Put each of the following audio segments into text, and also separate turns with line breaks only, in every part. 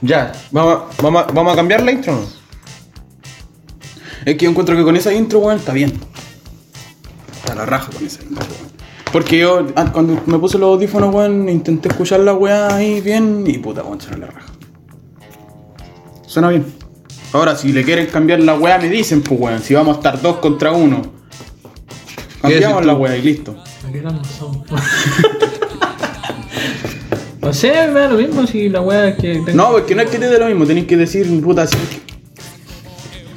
Ya, vamos, a- vamos, a- vamos a cambiar la intro. ¿no? Es que yo encuentro que con esa intro, weón, está bien. Está la raja con esa intro, weón. Porque yo, ah, cuando me puse los audífonos, weón, intenté escuchar la weá ahí bien y puta, weón, suena la raja. Suena bien. Ahora, si le quieren cambiar la weá, me dicen, pues, weón, si vamos a estar dos contra uno.
decís
Cambiamos
tú?
la weá y listo.
¿A qué hora son? No sé, me da lo mismo si la wea es que tengo.
No, porque no es que te dé lo mismo, tenés que decir, puta, así.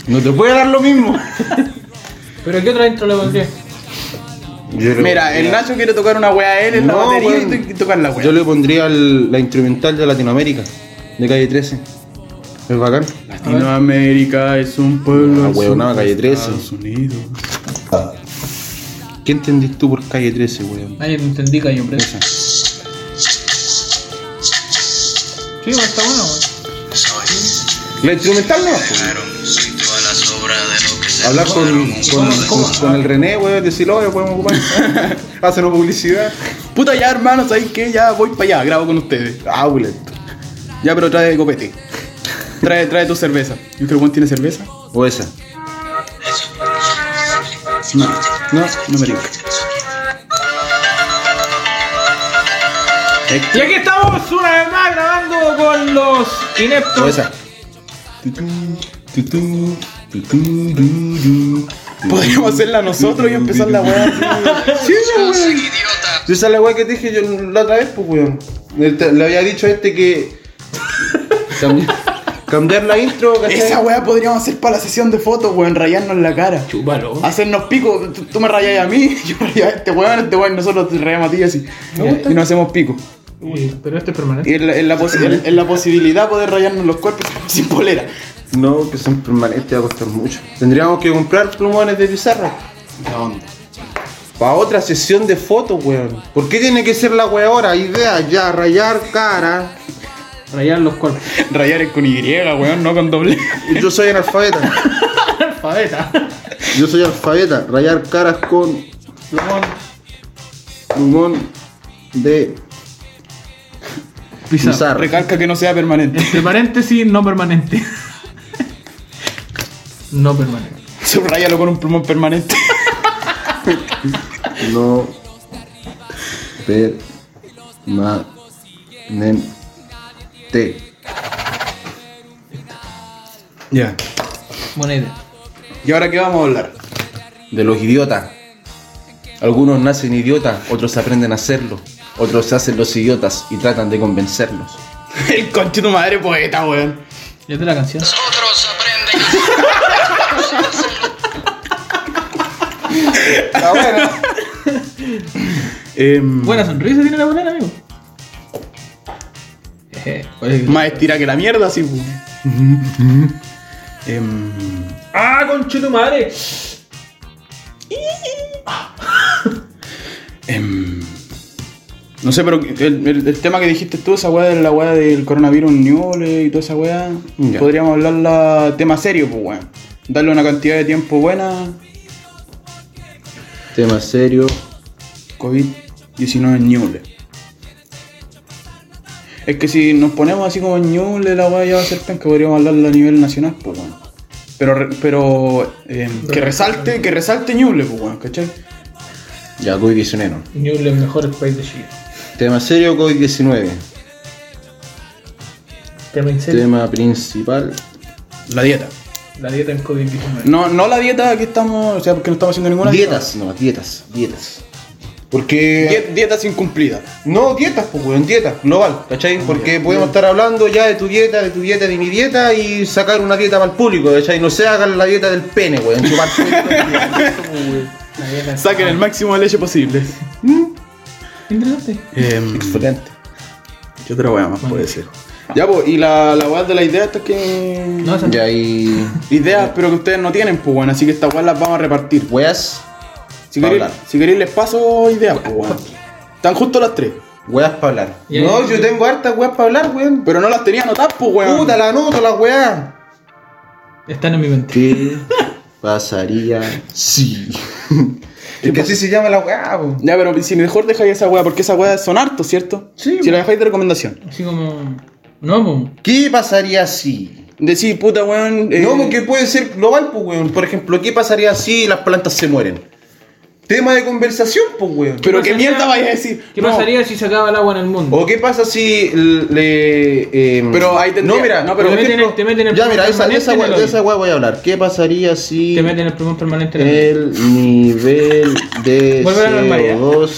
No te puede dar lo mismo.
¿Pero qué otra intro le pondría?
Mira, el Nacho quiere tocar una weá a él en la
No,
batería
weón.
y tú que tocar la weá.
Yo le pondría el- la instrumental de Latinoamérica, de calle 13. Es bacán.
Latinoamérica es un pueblo.
Ah,
al sur
weonada,
de
calle Ah. 13.
Estados Unidos.
¿Qué entendís tú por calle 13, weón?
Nadie me entendí que hay un preso. Sí, pues, está bueno, weón.
La instrumental no. pues. Hablar con, con, con- con el René, weón, decirlo, oye, podemos ocupar. Hacernos publicidad.
Puta, ya hermano, ¿sabes qué? Ya voy para allá, grabo con ustedes.
Ah, weón.
Ya, pero trae copete. Trae, trae tu cerveza. ¿Yo creo que el weón tiene cerveza?
O esa.
No, no, no me digo.
Y aquí estamos una vez más grabando con los
O
ineptos.
esa.
Podríamos hacerla nosotros y empezar la weá. así.
Sí, pues, weón. Si esa es la weá que te dije yo la otra vez, pues weón. Este- Le había dicho a este que. Cambi- cambiar la intro, ¿cachai?
Esa weá podríamos hacer para la sesión de fotos, weón, rayarnos la cara.
Chúpalo.
Hacernos pico, tú, tú me rayáis a mí, yo me rayaba a este weón, este weón, nosotros te rayamos a ti y así. Y nos hacemos pico.
Uy, Pero esto es
Y
permanente.
en la, en la posi- en- en la posibilidad de poder rayarnos los cuerpos sin polera.
No, que son permanentes, va a costar mucho. Tendríamos que comprar plumones de pizarra. Para otra sesión de fotos, weón. ¿Por qué tiene que ser la weá ahora? Idea ya, rayar cara.
Rayar los cuerpos.
Rayar es con Y, weón, no con doble.
Yo soy analfabeta.
Alfabeta.
Yo soy alfabeta. Rayar caras con
Plumón.
plumón de
Pizarro.
pizarra.
Recalca que no sea permanente.
Entre paréntesis, no permanente. No permanente.
Subrayalo con un plumón permanente.
No per ma nen te.
Ya.
Buena idea.
¿Y ahora qué vamos a hablar?
De los idiotas. Algunos nacen idiotas, otros aprenden a hacerlo. Otros se hacen los idiotas y tratan de convencerlos.
El conche tu madre poeta, weón.
Ya te la canción.
Otros aprenden
Em,
Buena sonrisa tiene la buena, amigo. Eje, oye,
Más estira que la mierda, así. weón. Em,
¡Ah, conchito madre!
em, no sé, pero el, el- el tema que dijiste tú, esa weá de la weá del coronavirus News y toda esa weá,
Ya.
podríamos hablarla tema serio, pues weón. Darle una cantidad de tiempo buena.
Tema serio.
COVID-19 en Ñuble. Es que si nos ponemos así como en Ñuble, la weá ya va a ser penca, podríamos hablarla a nivel nacional, pues weón. Pero, re- pero eh, que resalte, que resalte Ñuble, pues weón, ¿cachai?
Ya, COVID-19. no.
Newell es mejor país de Chile.
Tema serio, COVID-19.
Tema en serio.
Tema principal.
La dieta.
La dieta en COVID-19.
No, no la dieta que estamos, o sea, porque no estamos haciendo ninguna
Dietas, no, dietas, dietas. Porque.
dieta. Die- dietas incumplidas.
No, dietas, pues, weón, dieta, global, ¿cachai? Porque podemos estar hablando ya de tu dieta, de tu dieta, de mi dieta y sacar una dieta para el público, ¿cachai? No se hagan la dieta del pene, weón, chupar
La dieta en-
Saquen el máximo de leche posible.
Interesante.
Em,
Excelente.
¿Qué otra weá más puede ser? Ya, pues, y la, la weá de la idea esta es que.
No, esa-
Ya, y.
Ideas, pero que ustedes no tienen, pues weón, así que estas weá las vamos a repartir.
Weas,
Si
Pa'
queréis,
hablar.
si queréis les paso ideas, pues weón. Están justo las tres.
weas para hablar.
Ya,
no, yo
ya, ya.
tengo hartas weas para hablar, weón.
Pero no las tenía anotadas, pues weón.
Puta, la anoto, la wea.
Están en mi mente.
¿Qué pasaría si.? es que así se llama la wea, po.
Ya, pero si mejor dejáis esa weá, porque esa weá son hartos, ¿cierto?
Sí,
Si la dejáis de recomendación.
Así como.
No, po.
¿Qué pasaría si?
Decir, puta, weón. eh,
No, porque puede ser global, pues, weón. Por ejemplo, ¿qué pasaría si las plantas se mueren? Tema de conversación, pues, weón.
Pero
¿Qué
qué
pasaría-
mierda vaya a decir.
¿Qué
No,
pasaría si se acaba el agua en el mundo?
¿O qué pasa si l- le... eh,
Pero ahí tendría-
No, mira,
no,
pero
por
te meten
ejemplo,
el- te meten el
Ya, mira, esa,
permanente
esa,
en
wea-
el
de
hoyo.
esa Eh. wea voy a hablar. ¿Qué pasaría si...
Te meten el pulmón permanente en el
El nivel de
Vuelve a la normalidad.
CO2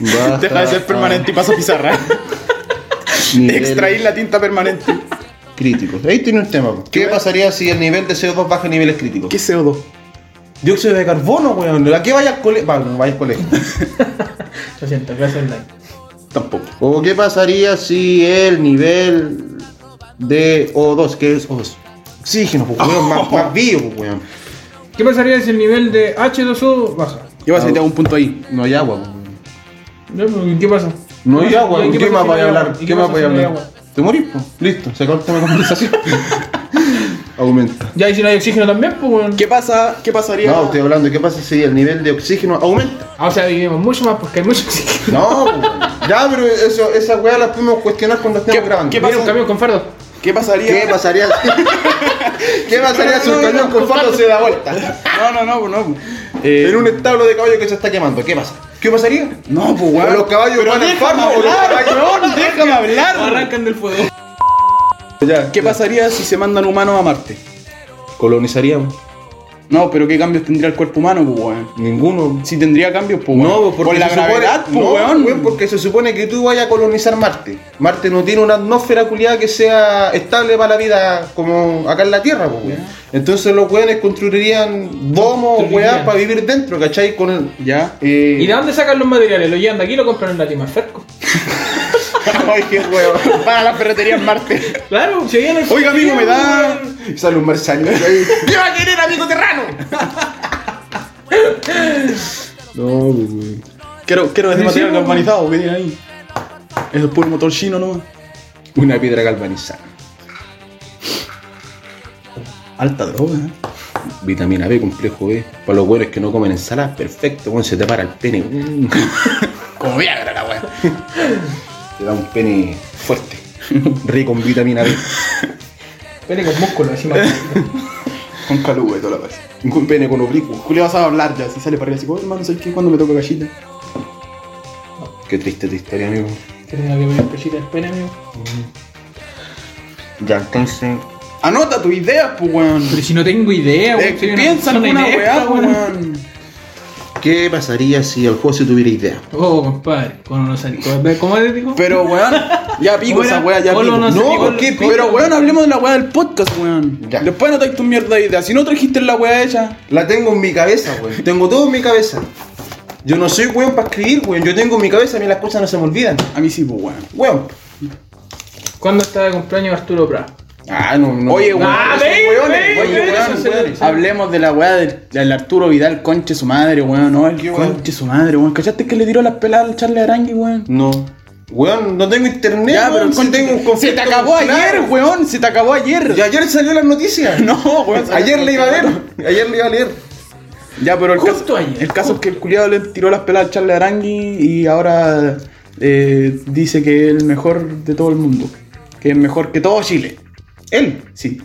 baja
Deja de ser permanente y pasa a pizarra.
a nivel
Extraer la tinta permanente.
crítico. Ahí tiene un tema. ¿Qué pasaría si el nivel de CO2 baja a niveles críticos?
¿Qué CO2?
Dióxido de carbono, weón. ¿A qué vaya al colegio? Bueno, no vaya al colegio.
Lo siento, gracias online.
Tampoco.
¿O qué pasaría si el nivel de O2, que es O2? Oxígeno, pues, weón, más, más vivo, pues, weón.
¿Qué pasaría si el nivel de H2O baja?
Yo vas a meter un punto ahí.
No hay agua, pues, weón.
No, pues, ¿y ¿Qué pasa?
No hay
¿Y
agua, ¿qué,
pasa
más voy
si no
a
hay
hablar?
agua? ¿Y
¿Qué más
pasa
voy a
si no hay
hablar?
agma?
Te morís, pues. Listo, se acabó el tema de conversación. Aumenta.
Ya, y si no hay oxígeno también, pues, weón.
¿Qué pasa? ¿Qué pasaría?
No, estoy hablando de qué pasa si el nivel de oxígeno aumenta.
Ah, o sea, vivimos mucho más porque hay mucho oxígeno.
No, pues, weón. ya, pero eso, esa weá la podemos cuestionar cuando estemos
¿Qué-
grabando.
qué
Viene un camión con fardo.
¿Qué pasaría?
¿Qué pasaría? ¿Qué pasaría si un cañón con fardo se da vuelta?
No, no, no, no. Eh,
En un establo de caballo que se está quemando, ¿qué pasa? ¿Qué pasaría?
No, pues
¿O
weón.
los caballos
Pero
van al
déjame
fardo o los
hablar,
caballos?
weón, déjame hablar.
Arrancan del fuego.
Ya,
¿Qué pasaría si se mandan humanos a Marte?
colonizaríamos.
No, pero ¿qué cambios tendría el cuerpo humano, pues weón?
Ninguno.
Si tendría cambios, pues weón.
No, porque
Por la
se supone-
gravedad, pues
no,
weón.
weón, Porque se supone que tú vayas a colonizar Marte. Marte no tiene una atmósfera culiada que sea estable para la vida como acá en la Tierra, pues, weón. Entonces los weones construirían domos,
Construirían.
weá, para vivir dentro, ¿cachai? Con el-
Ya.
eh,
¿Y de dónde sacan los materiales? ¿Lo llevan de aquí y lo compran en la Timaferco?
Ay, qué huevo.
Para la ferretería en Marte.
Claro, se llevan el
Oiga, amigo, me da.
Sale un marciano ahí.
¡Yo a querer, amigo terrano!
No, pues, weón.
Quiero, quiero ese
Sí,
material
sí,
galvanizado que tiene ahí. Eso es puro motor chino, ¿no?
Una piedra galvanizada.
Alta droga, ¿eh?
Vitamina B, complejo B. Para los buenos que no comen ensalada, perfecto, weón. Se te para el pene. Mm.
Como Viagra, la weón.
Te da un pene fuerte. Rico en vitamina B.
Pene con músculo encima.
Con calú, y toda la cosa.
Un pene con oblicuo.
Julio vas a hablar ya, si sale para arriba así, oh, hermano, ¿sabes qué? Cuando me toca gallita.
Qué triste tu historia, amigo.
Que tenga que ver el pechito del pene, amigo.
Ya, entonces.
Anota tus ideas, pues weón.
Pero si no tengo idea,
Eh,
weón. soy una
piensa en
persona
una
inepta,
weá, pues, weón.
¿Qué pasaría si el juego se tuviera idea?
Oh, compadre, con los alcohol. ¿Cómo le digo?
Pero weón, ya pico
¿Cómo
esa
era?
weá, ya
Polo
pico.
no se picó
¿por
el
qué?
pico.
Pero weón, hablemos de la weá del podcast, weón.
Ya.
Después anotáis tu mierda de ideas. Si no trajiste la weá hecha,
La tengo en mi cabeza, güey. Tengo todo en mi cabeza. Yo no soy weón para escribir, güey. Yo tengo en mi cabeza, a mí las cosas no se me olvidan.
a mí sí, pues weón.
Weón.
¿Cuándo está de cumpleaños Arturo Prat?
Ah, no, no.
Oye, weón.
Ah,
esos
ven,
weones,
ven,
oye,
ven,
weón,
esos
weones.
celebres. Sí.
Hablemos de la weá del, del Arturo Vidal, conche su madre, weón. No, el
¿Qué weón?
conche su madre, weón. ¿Cachaste que le tiró las peladas al Charlie Arangui, weón?
No. Weón, no tengo internet.
Ya, pero
weón,
el
si
conche-
tengo un
Se
conflicto
te acabó
con-
ayer,
Claro.
weón. Se te acabó ayer.
Y ayer salió las noticias.
No, weón.
Ayer le iba a ver. Ayer le iba a leer.
Ya, pero el
Justo
caso,
ayer,
el caso es que el culiado le tiró las pelas al Charlie Arangui y ahora eh, dice que es el mejor de todo el mundo. Que es mejor que todo Chile. Él, sí.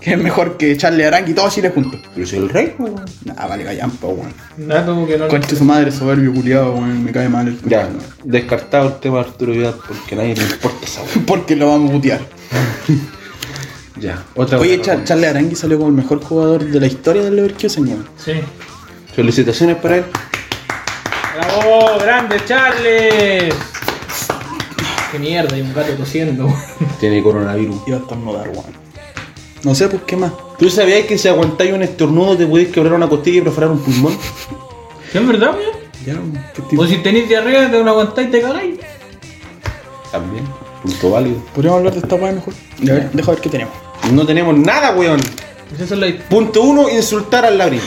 Que es mejor que Charlie Arangui y todo Chile juntos.
Pero soy el rey, pues, weón.
Nah, vale, callampa, weón.
Nada, Ah, como que no.
Concha su madre, soberbio culiado, weón. Me cae mal el
Ya, descartado el tema de Arturo Vidal porque a nadie le importa esa weón.
Porque lo vamos a putear.
Ya, otra
Oye,
weá.
Char- Charlie Arangui salió como el mejor jugador de la historia del Leverkusen, weón.
Sí.
Felicitaciones para él.
¡Bravo! ¡Grande Charles! ¡Qué mierda! Hay un gato tosiendo, weón.
Tiene coronavirus.
Iba a estornudar, weón. No sé, pues qué más.
¿Tú sabías que si aguantáis un estornudo te podéis quebrar una costilla y perforar un pulmón?
¿Sí ¿Es verdad, weón?
Ya, weón, ¿qué tipo?
O si tenéis diarrea, te una aguantáis y te cagáis.
También. Punto válido.
Podríamos hablar de esta weá mejor. Ya, ver, deja ver qué tenemos.
No tenemos nada, weón.
Pues Esa es la
Punto uno, insultar al laberinto.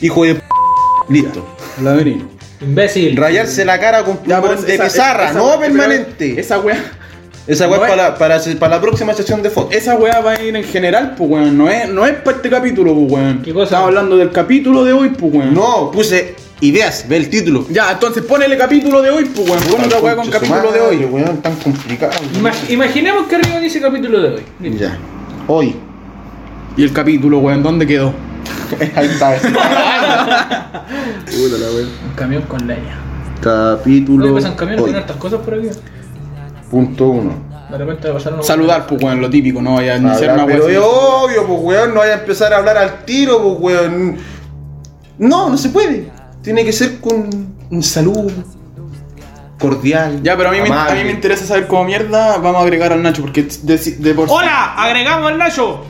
Hijo de p. Listo.
Laberinto.
imbécil.
Rayarse la cara con
Ya,
pulmón
pero
de
esa-
pizarra,
esa-
no
pero
permanente. Esa,
Esa weá.
weá
no
es
es-
para, la- para, se- para la próxima sesión de fotos.
Esa weá va a ir en general, pues weón. No es, no es para este capítulo, pues weón.
¿Qué cosa?
Estamos hablando del capítulo de hoy, pues weón.
No, puse Ideas, ve el título.
Ya, entonces ponele capítulo de hoy, pues, weón. Pon otra weá con
Concha su
capítulo de
madre,
hoy.
weón, tan complicado. weón.
Imag- imaginemos que arriba dice capítulo de hoy. Listo.
Ya. Hoy.
¿Y el capítulo, weón? ¿Dónde quedó?
Ahí está. Puta la weón.
Un camión con leña. Oye, pues
Capítulo.
pasan camiones,
hoy.
tienen hartas cosas por aquí.
Punto uno.
De repente pasaron.
Saludar, pues, weón, lo típico, no vaya a hacer
Hablar,
una weá.
pero
así.
es obvio, pues weón, no vaya a empezar a hablar al tiro, pues weón. No, no se puede. Tiene que ser con un saludo cordial.
Ya, pero a mí, me, a mí me interesa saber cómo mierda vamos a agregar al Nacho, porque de, de por
¡Hola! Agregamos al Nacho.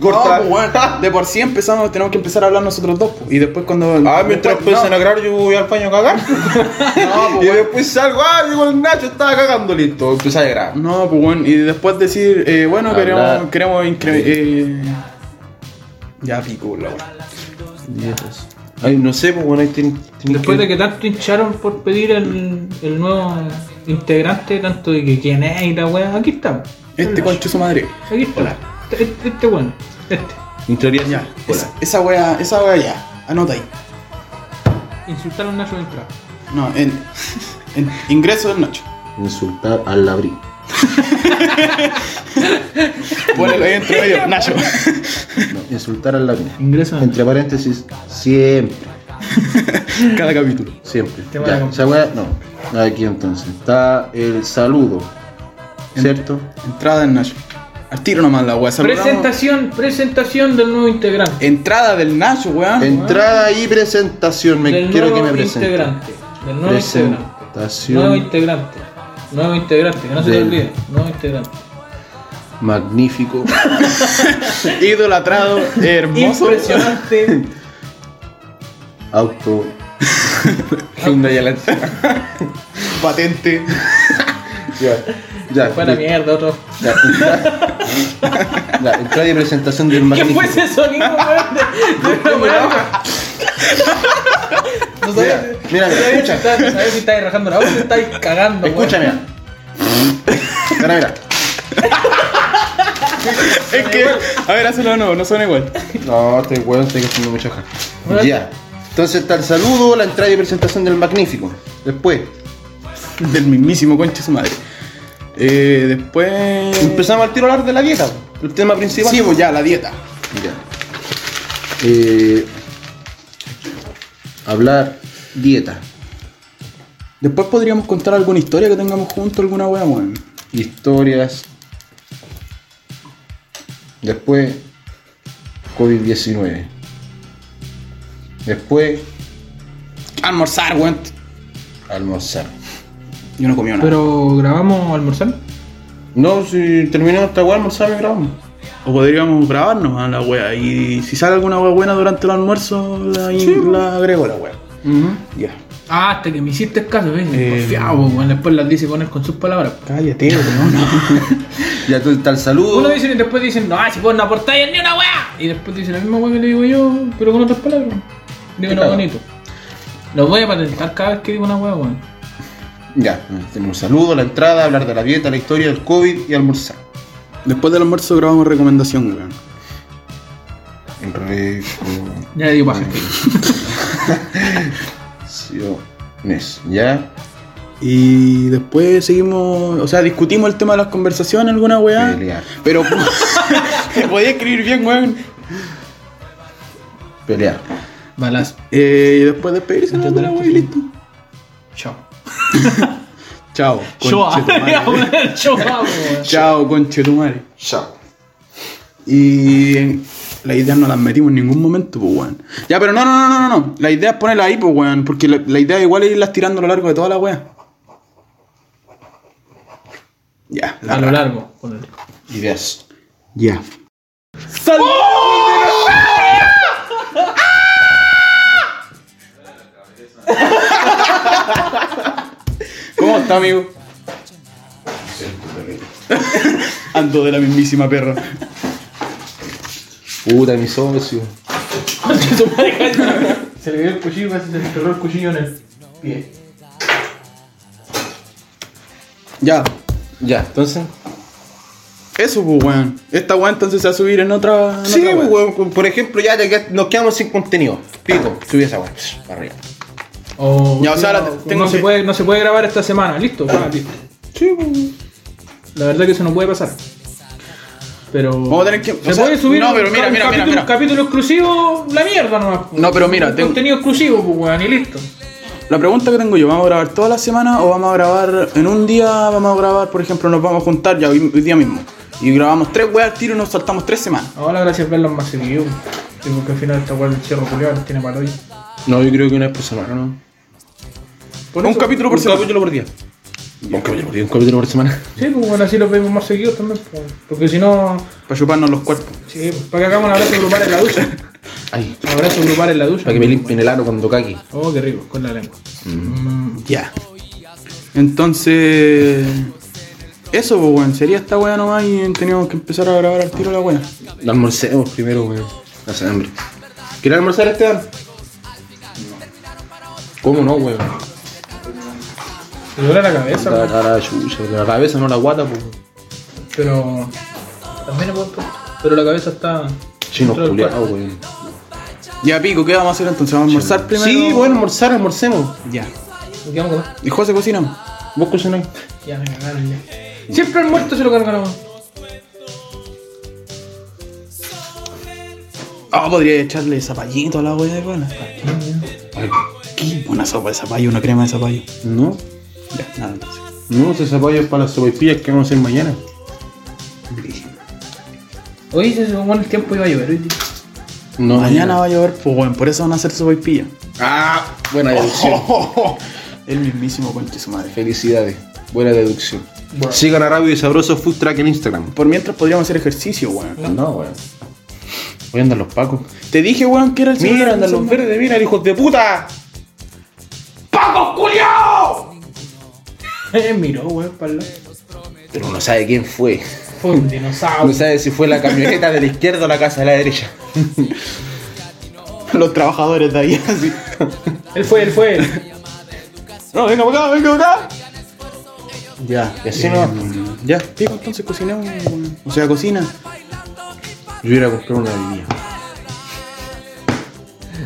No,
Cortar.
pues, weón, de por sí empezamos, tenemos que empezar a hablar nosotros dos, pues. Y después cuando.
Ah, mientras
después-
empiezan a grabar, yo voy al paño a cagar.
No,
y
pues, weón.
después salgo, ah, digo el Nacho estaba cagando, listo. Empezá a grabar.
No, pues, weón. Y después decir, eh, bueno, queremos.
Hablar.
queremos incre- eh... Ya pico, la weón.
Ay, no sé, pues bueno, ahí tienen. tienen
Después de que tanto hincharon por pedir el, el nuevo eh, integrante, tanto de que quién es y la wea, aquí está.
Este concho su madre.
Aquí está. Este, este bueno. Este.
En teoría,
Ya,
sí.
es- esa wea, esa wea ya. Anota ahí.
Insultar al Nacho del trap.
No, en, en ingreso del Nacho.
Insultar al labrín.
Ponelo ahí entre medio, Nacho.
No, insultar al labrín.
Ingreso al-
Entre paréntesis, siempre.
Cada capítulo.
Siempre.
Te voy a
Ya,
comprar.
esa weá, no. Aquí entonces. Está el saludo. ¿Cierto?
Entrada del Nacho. Al tiro nomás la wea. saludamos.
Presentación, presentación del nuevo integrante.
Entrada del Nacho, weón.
Entrada y presentación. Me
Ah, eh. del
quiero que
nuevo
me presente.
integrante. Del nuevo integrante. Nuevo
Presentación.
integrante. Nuevo integrante, que no se te
Del-
olvide. Nuevo integrante.
Magnífico. eh,
Idolatrado, hermoso.
Impresionante.
Auto. Hyundai Elantra.
Patente.
Ya. Ya.
Fue la
listo.
mierda, otro.
Ya, entrada- Ya, entrada y presentación del
¿Qué
magnífico.
fue ese sonido, weón? De- de una weá.
No
Mira,
sabía.
mira, mira,
¿Sabes si
escucha.
estás- sabes si estáis rajando la voz o estáis cagando, weón?
Escucha, mira. Mira, mira.
Es que. A ver, hazlo de nuevo, no suena igual.
No, este weón está haciendo mucha jaja.
Bueno.
Ya. Entonces está el saludo, la entrada y presentación del magnífico. Después,
Del mismísimo conche su madre. Eh, después.
empezamos al tiro a hablar de la dieta. El tema principal.
Sí, pues ya, la dieta.
Ya. Eh, hablar dieta.
Después podríamos contar alguna historia que tengamos juntos, alguna wea, weón.
Historias. Después, COVID-19. Después,
Almorzar, weón.
almorzar.
Yo no comí nada.
Pero grabamos almorzar.
No, si terminó esta weá, almorzar y grabamos.
O podríamos grabar nomás la wea. Y si sale alguna wea buena durante el almuerzo, la, la agrego a la wea. Ya.
Ah, hasta que me hiciste caso, ¿ves?
Eh,
Porfiado, weón. Después las dice poner con sus palabras.
Cállate, weón.
Ya, entonces está el saludo.
Uno dicen y después dicen, no, si vos no aportáis ni una weá. Y después dicen la misma weá que le digo yo, pero con otras palabras. Digo
Claro.
lo bonito. Lo voy a patentar cada vez que digo una weá, weón.
Ya, tenemos saludo, la entrada, hablar de la dieta, la historia, del COVID y almorzar.
Después del almuerzo grabamos recomendación, weón.
Ya le digo paja.
Recomendaciones, ya.
Y después seguimos, o sea, discutimos el tema de las conversaciones, alguna weá.
Pelear.
Pero que podía escribir bien, weón.
Pelear.
Balazo.
Eh, y después despedirse, no, la weá y listo.
Chao.
Chao.
Choa.
conchetumare.
Ya, weón, Choa, weón.
Chao, conchetumare.
Chao.
Y la idea no las metimos en ningún momento, pues weón. Ya, pero no, no, no, no, no, no. La idea es ponerla ahí, pues weón. Porque la, la idea igual es irlas tirando a lo largo de toda la weá. Ya, la
A lo
raja.
largo. con el-
Ideas.
Ya. ¿Cómo está, amigo? Ando de la mismísima perra.
Puta, mi socio.
Se le dio el cuchillo, casi se le cerró el cuchillo en el pie.
Ya.
Ya, entonces.
Eso, pues, weón. Esta weón entonces se va a subir en otra. en
Sí,
otra weá.
weón, por ejemplo, ya te qued- nos quedamos sin contenido. Pico, subí esa weá. Arriba.
O,
Ya, o sea, la-
no,
tengo
no, se
que-
puede, no se puede grabar esta semana, listo, pa, listo. La verdad que eso no puede pasar. Pero.
Vamos a tener que-
Se
o sea,
puede subir
no,
un,
pero mira,
un
mira, mira,
capítulo,
mira.
un capítulo exclusivo, la mierda nomás. pues.
No, pero mira,
Un
tengo-
Contenido exclusivo, pues, weón, y listo.
La pregunta que tengo yo, ¿vamos a grabar toda la semana o vamos a grabar en un día? Vamos a grabar, por ejemplo, nos vamos a juntar ya hoy, hoy día mismo. Y grabamos tres weas al tiro y nos saltamos tres semanas.
Ahora gracias por verlos más seguido. Sí, porque al final esta weá del cerro culiado tiene para hoy.
No, yo creo que una vez por semana, ¿no?
Por
un
eso-
capítulo por
Un
semana.
capítulo por día. Un capítulo por día, un capítulo por semana.
Sí, pues bueno, así los vemos más seguidos también, pues. Porque si no.
Para chuparnos los cuerpos.
Sí, pues, para que hagamos un abrazo grupal en la ducha.
Ay,
Un abrazo grupal en la ducha.
para que me limpien el ano cuando cague.
Oh, qué rico, con la lengua. Mm.
Ya. Entonces. Eso, pues, weón. Sería esta wea nomás y teníamos que empezar a grabar al tiro la wea.
Lo almorcemos primero, weón. Hace hambre. ¿Quieres almorzar, Esteban? ¿Cómo no, weón?
Te duele la cabeza,
La,
weón.
la, la chucha, la cabeza, no la guata, pues.
pero. También es bueno, pero la cabeza está.
Chinos
dentro del
culiados,
cuerpo.
weón.
Ya, pico, ¿qué vamos a hacer entonces? ¿Vamos a almorzar primero?
Sí, bueno, almorzar, almorcemos.
Ya.
¿Y qué vamos a comer?
¿Y José cocinamos?
Vos cocinás.
Ya me cagaron ya. Siempre el muerto se lo cargaron.
Ah, podría echarle zapallito a la wea de pana. Qué buena sopa de zapallo, una crema de zapallo.
No,
Ya, nada, entonces.
no, ese zapallo es para las sopaipillas que vamos a hacer mañana.
Hoy se supone el tiempo iba a llover. hoy día.
No,
Mañana va a llover, pues, weón. Por eso van a hacer sopa y pilla.
Ah, buena deducción. oh.
El mismísimo conche su madre.
Felicidades, buena deducción. Sigan a Rabio y Sabroso Food Track en Instagram.
Por mientras podríamos hacer ejercicio, weón.
No, weón. Voy a andar los pacos.
Te dije, weón, que era el
Mira,
señor
andan los
Anderson.
verdes, mira, hijos de puta.
Eh, miró, weón, para el lado.
Pero no sabe quién fue.
Fue un dinosaurio.
No sabe si fue la camioneta de la izquierda o la casa de la derecha.
Los trabajadores de ahí, así.
Él fue, él fue. él.
No, venga para acá, venga para acá. Ya,
Y así
eh,
no.
Ya, pico, entonces cocinamos, weón. O sea, cocina.
Yo voy a ir a comprar una bebida.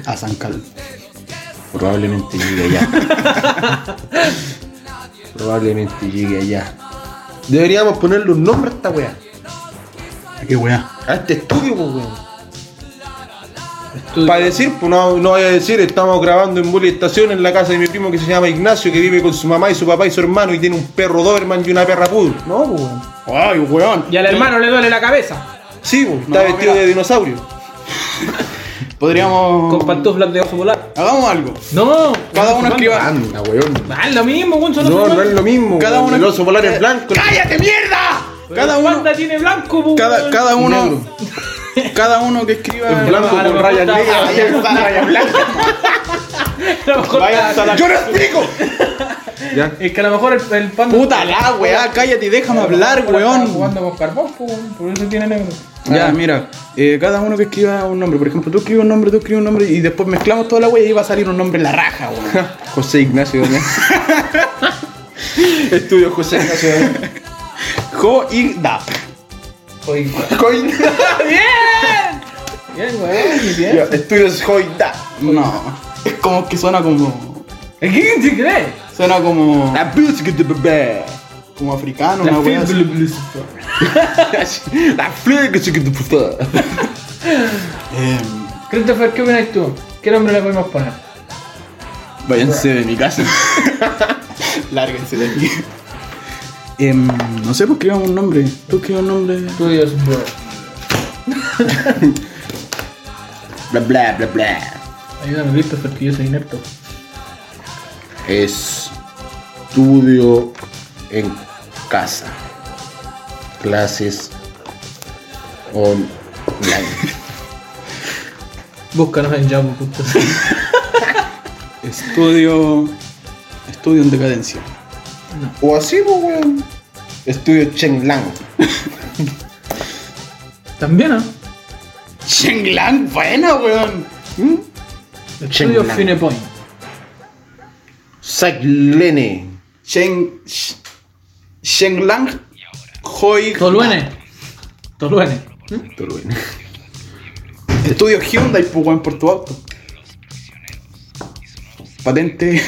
A San Carlos.
Probablemente llegue allá. Probablemente llegue allá. Deberíamos ponerle un nombre a esta weá.
Qué weá.
A este estudio, pues, weón.
Tú-
Para decir, pues no, no voy a decir, estamos grabando en estación en la casa de mi primo que se llama Ignacio, que vive con su mamá y su papá y su hermano y tiene un perro Doberman y una perra Poodle. No, pues, weón.
Ay, weón.
Y al hermano le duele la cabeza.
Sí, pues, está
No,
vestido
mira.
de dinosaurio.
Podríamos.
Con pantuflas de oso polar.
Hagamos algo.
No.
Cada uno escriba-
Anda, weón.
Ah, es lo mismo, weón. son
No,
osos
no es lo mismo.
Cada
weón.
uno- Eh,
El oso polar es blanco.
¡Cállate, mierda!
Pero
Cada
Wanda
uno.
tiene blanco, pues,
Cada,
weón.
cada uno.
Negro.
Cada uno que escriba.
Es blanco
a la
con rayas
puta.
negras.
A lo mejor-
Vayan a la- ¡Yo no explico!
Ya.
Es que a lo mejor el, el panda.
Puta la weá, cállate y déjame hablar, weón.
jugando con carbón, pues, weón, por eso tiene negro.
Ah.
Ya, mira, eh, cada uno que escriba un nombre, por ejemplo, tú escribes un nombre, tú escribes un nombre y después mezclamos toda la weá y ahí va a salir un nombre en la raja, weón.
José Ignacio Doña. Estudio José Ignacio Doña.
Jo y da.
Oiga.
Coin-
¡Bien! Bien, weón, muy bien.
Ya, Estudios Joida.
No, es como que suena como.
¿Qué quién te cree?
Suena como.
La biscuit de bebé.
como africano,
La
una weá.
Phil
así.
Blue Blue Blue.
La fleca que de puta.
Eh,
Christopher, ¿qué opinas tú? ¿Qué nombre le podemos poner?
Váyanse de mi casa.
lárguense de aquí. Em, no sé, pues escribamos un nombre. Tú escribes un nombre.
Estudios Bro.
Bla bla bla bla.
Ayúdame, Christopher, que yo soy inepto.
Estudio en casa. Clases online.
Búscanos en Jabo, puto.
Estudio. Estudio en decadencia.
O así, pues, weón. Estudio Cheng Lang.
También, ¿ah? ¿no?
Shenglang, buena, weón.
Estudios
Chenglan.
Finepoint.
Saklene.
Sheng. Sh- Shenglang. Hoi.
Toluene. Toluene.
Estudio Hyundai, pues, weón, por tu auto. patente.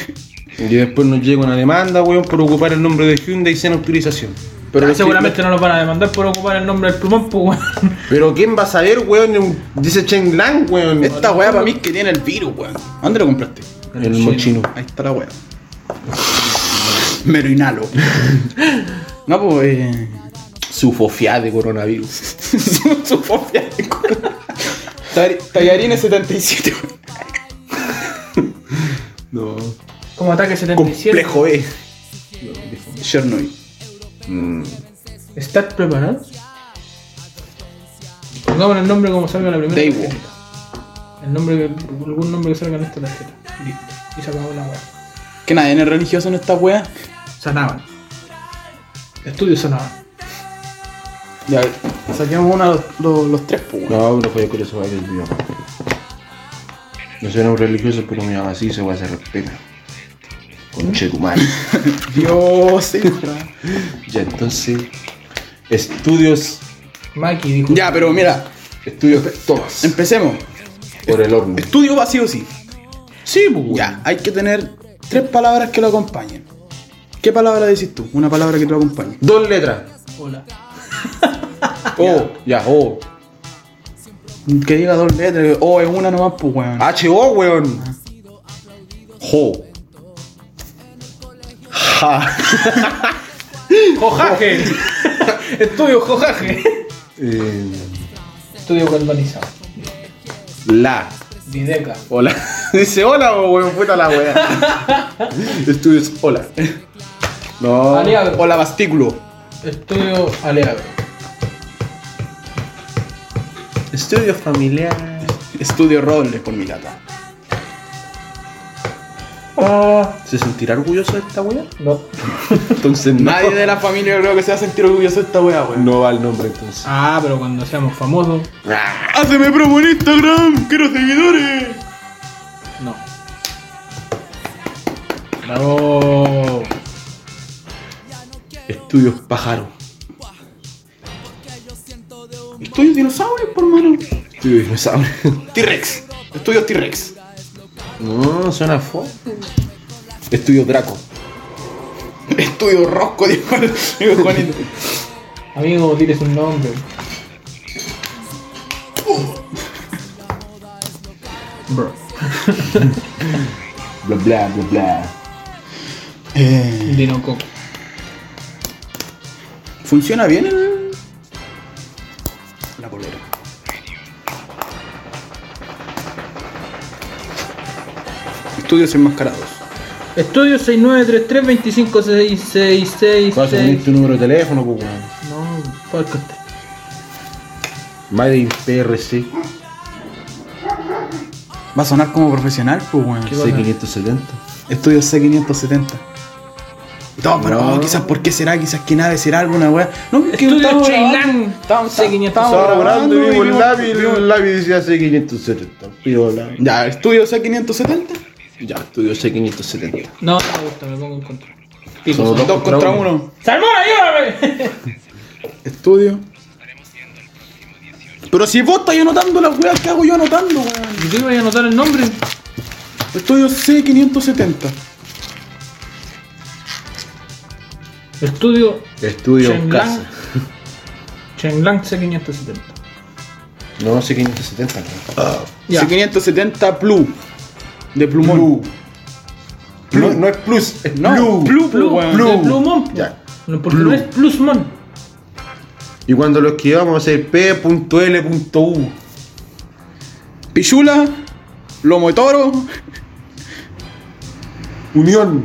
Y después nos llega una demanda, weón, por ocupar el nombre de Hyundai sin autorización.
Pero
Ah,
lo que-
seguramente no nos van a demandar por ocupar el nombre del plumón, pues, weón.
Pero ¿quién va a saber, weón? en- Dice Chen Lang, weón.
Esta weá para mí es que tiene el virus, weón. ¿Dónde lo compraste?
El mochino.
Ahí está la weá. Me lo inhalo. No, pues. eh,
Su fofia de coronavirus.
su su fobia de culo. Tar- Tallarines 77.
No.
Como ataque 77.
Complejo B. Chernobyl.
¿Estás preparado? Pongamos el nombre como salga la primera.
Daewoo.
tarjeta. El nombre que, algún nombre que salga en esta tarjeta. Listo. Y sacamos la weá.
¿Qué nada, en religioso en esta weá?
Sanaban. Estudio Sanaban.
Ya, saquemos una los, los, los tres, pues, weón.
No, no fue con eso, weón. mi mamá. No soy un hombre religioso, pero mi mamá sí se va a hacer respeta. Conche tu madre.
Dios,
Ya, entonces. Estudios.
Maki dijo.
Ya, pero mira,
Estudios todos.
empecemos.
Por el horno.
Estudio vacío, sí.
Sí, pues. weón.
Ya, hay que tener tres palabras que lo acompañen. ¿Qué palabra decís tú? Una palabra que te lo acompañe.
Dos letras.
Hola.
O. Ya, O.
Que diga dos letras, o es una nomás, pues, weón.
H-O, weón. Jo. Ja.
Jojaje. Estudio Jojaje.
Eh,
Estudio galvanizado.
la.
Videca.
Hola. Dice hola, weón. Puta la weá. Estudios, hola. No.
Aliado.
O la bastículo.
Estudio Aleagro.
Estudio familiar.
Estudio Robles por mi lata.
Ah.
¿Se sentirá orgulloso de esta weá?
No.
Entonces no.
Nadie de la familia creo que se va a sentir orgulloso de esta weá, weón.
No va el nombre entonces.
Ah, pero cuando seamos famosos.
¡Haceme ¡Ah! promo en Instagram! ¡Quiero seguidores!
No. Bravo.
Estudios pájaro.
Estudio dinosaurios, por mano.
Estudios dinosaurio.
T-Rex. Estudio T-Rex.
No, suena fuerte. Estudio Draco.
Estudio Rosco, dijo, dijo Juanito.
Amigo, diles un nombre. Bro.
Bla bla bla bla.
Eh,
Dinococo.
¿Funciona bien el... la polera? Estudios enmascarados.
Estudio 6933256666.
Vas a poner tu número de teléfono, pues weón.
No, podcast.
Made in PRC
Va a sonar como profesional, pues, weón.
bacán.
6570.
Estudio C570. No, pero
No.
oh, quizás por qué será, quizás que nada será alguna weá. No, es que
Estudio
estábamos
Cheylan.
grabando, estábamos-
C570.
estábamos
Estaba grabando y vimos el
vimos-
lápiz, el lápiz decía C570. Piola.
Ya, estudio C570.
Ya, estudio C570.
No, no me gusta, me pongo en contra. Pico.
Solo
Dos contra uno.
¡Salmón, ayúdame!
Estudio. Pero si vos estás anotando las weas que hago yo anotando, weón.
¿Y tú ibas a anotar el nombre?
Estudio C570.
Estudio
Estudio
Chenglang.
Casa.
Chenglang C570.
No, C570. no.
Ya.
C570 Plus. De plumón.
No, no es plus, es
No,
blue.
Plus,
Blue,
weón.
de Plumón.
Ya.
No, porque no es Plusmon.
Y cuando lo esquivamos va a ser P.L.U.
Pichula. Lomo de toro.
Unión.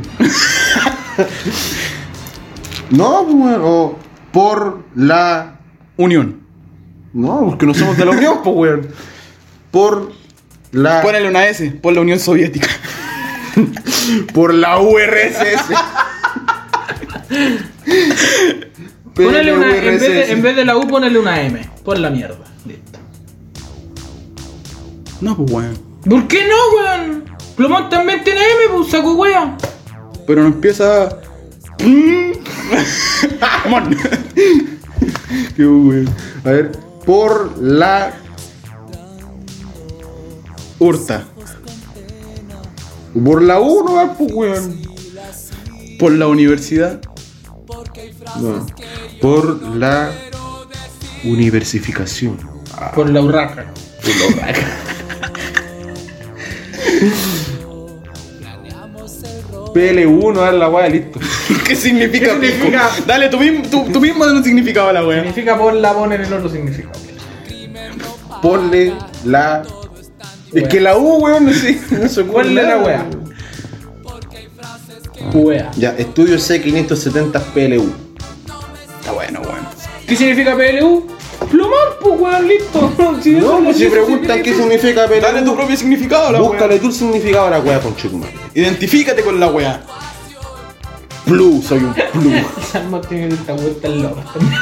no, pues, weón. O por la.
Unión.
No, porque no somos de la Unión, pues, weón. Por la.
Ponele una S. Por la Unión Soviética.
Por la URSS.
Ponele una, en, vez de,
PLURSS.
en vez de la U, ponele una M. Por la mierda. Listo.
No, pues weón.
¿Por qué no, weón? Plumón también tiene M, pues saco weón.
Pero no empieza. Mon.
Qué weón. A ver, por la.
Urta.
Por la 1, va, pues, weón.
Por la universidad.
No. Por la universificación.
Por la urraca.
PL1, a ver la weá, listo.
¿Qué significa?
¿Qué significa?
pico? Dale, tú, mismo- tú, tú mismo dale un significado a la wea.
Significa por la poner el otro significado.
Ponle la. Es que la U, weón, no sé. No se ocurre
Ponle la
nada,
weá.
weón.
Wea.
Ya, estudio C570 PLU.
Está bueno, weón.
¿Qué significa PLU? Plumón, pues weón, listo. Si eso
No,
es lo
pues si
que
preguntan qué significa PLU.
Dale tu propio significado a la wea.
Búscale tú el significado a la weá, conchetumare.
Identifícate con la wea.
Blue, soy un blue.
Salmo tiene esta vuelta loca también.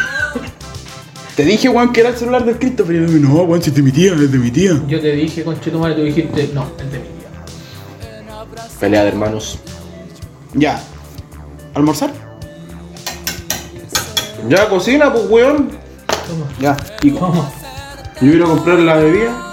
Te dije, weón, que era el celular del Christopher. Y yo, no, weón, si es de mi tía, es de mi tía.
Yo te dije, conchetumare, tú dijiste, no, es de mi tía.
Pelea de hermanos.
Ya. ¿Almorzar?
Ya, cocina, pues, weón.
Toma,
Ya. Y
toma.
Yo voy a ir a comprar la bebida.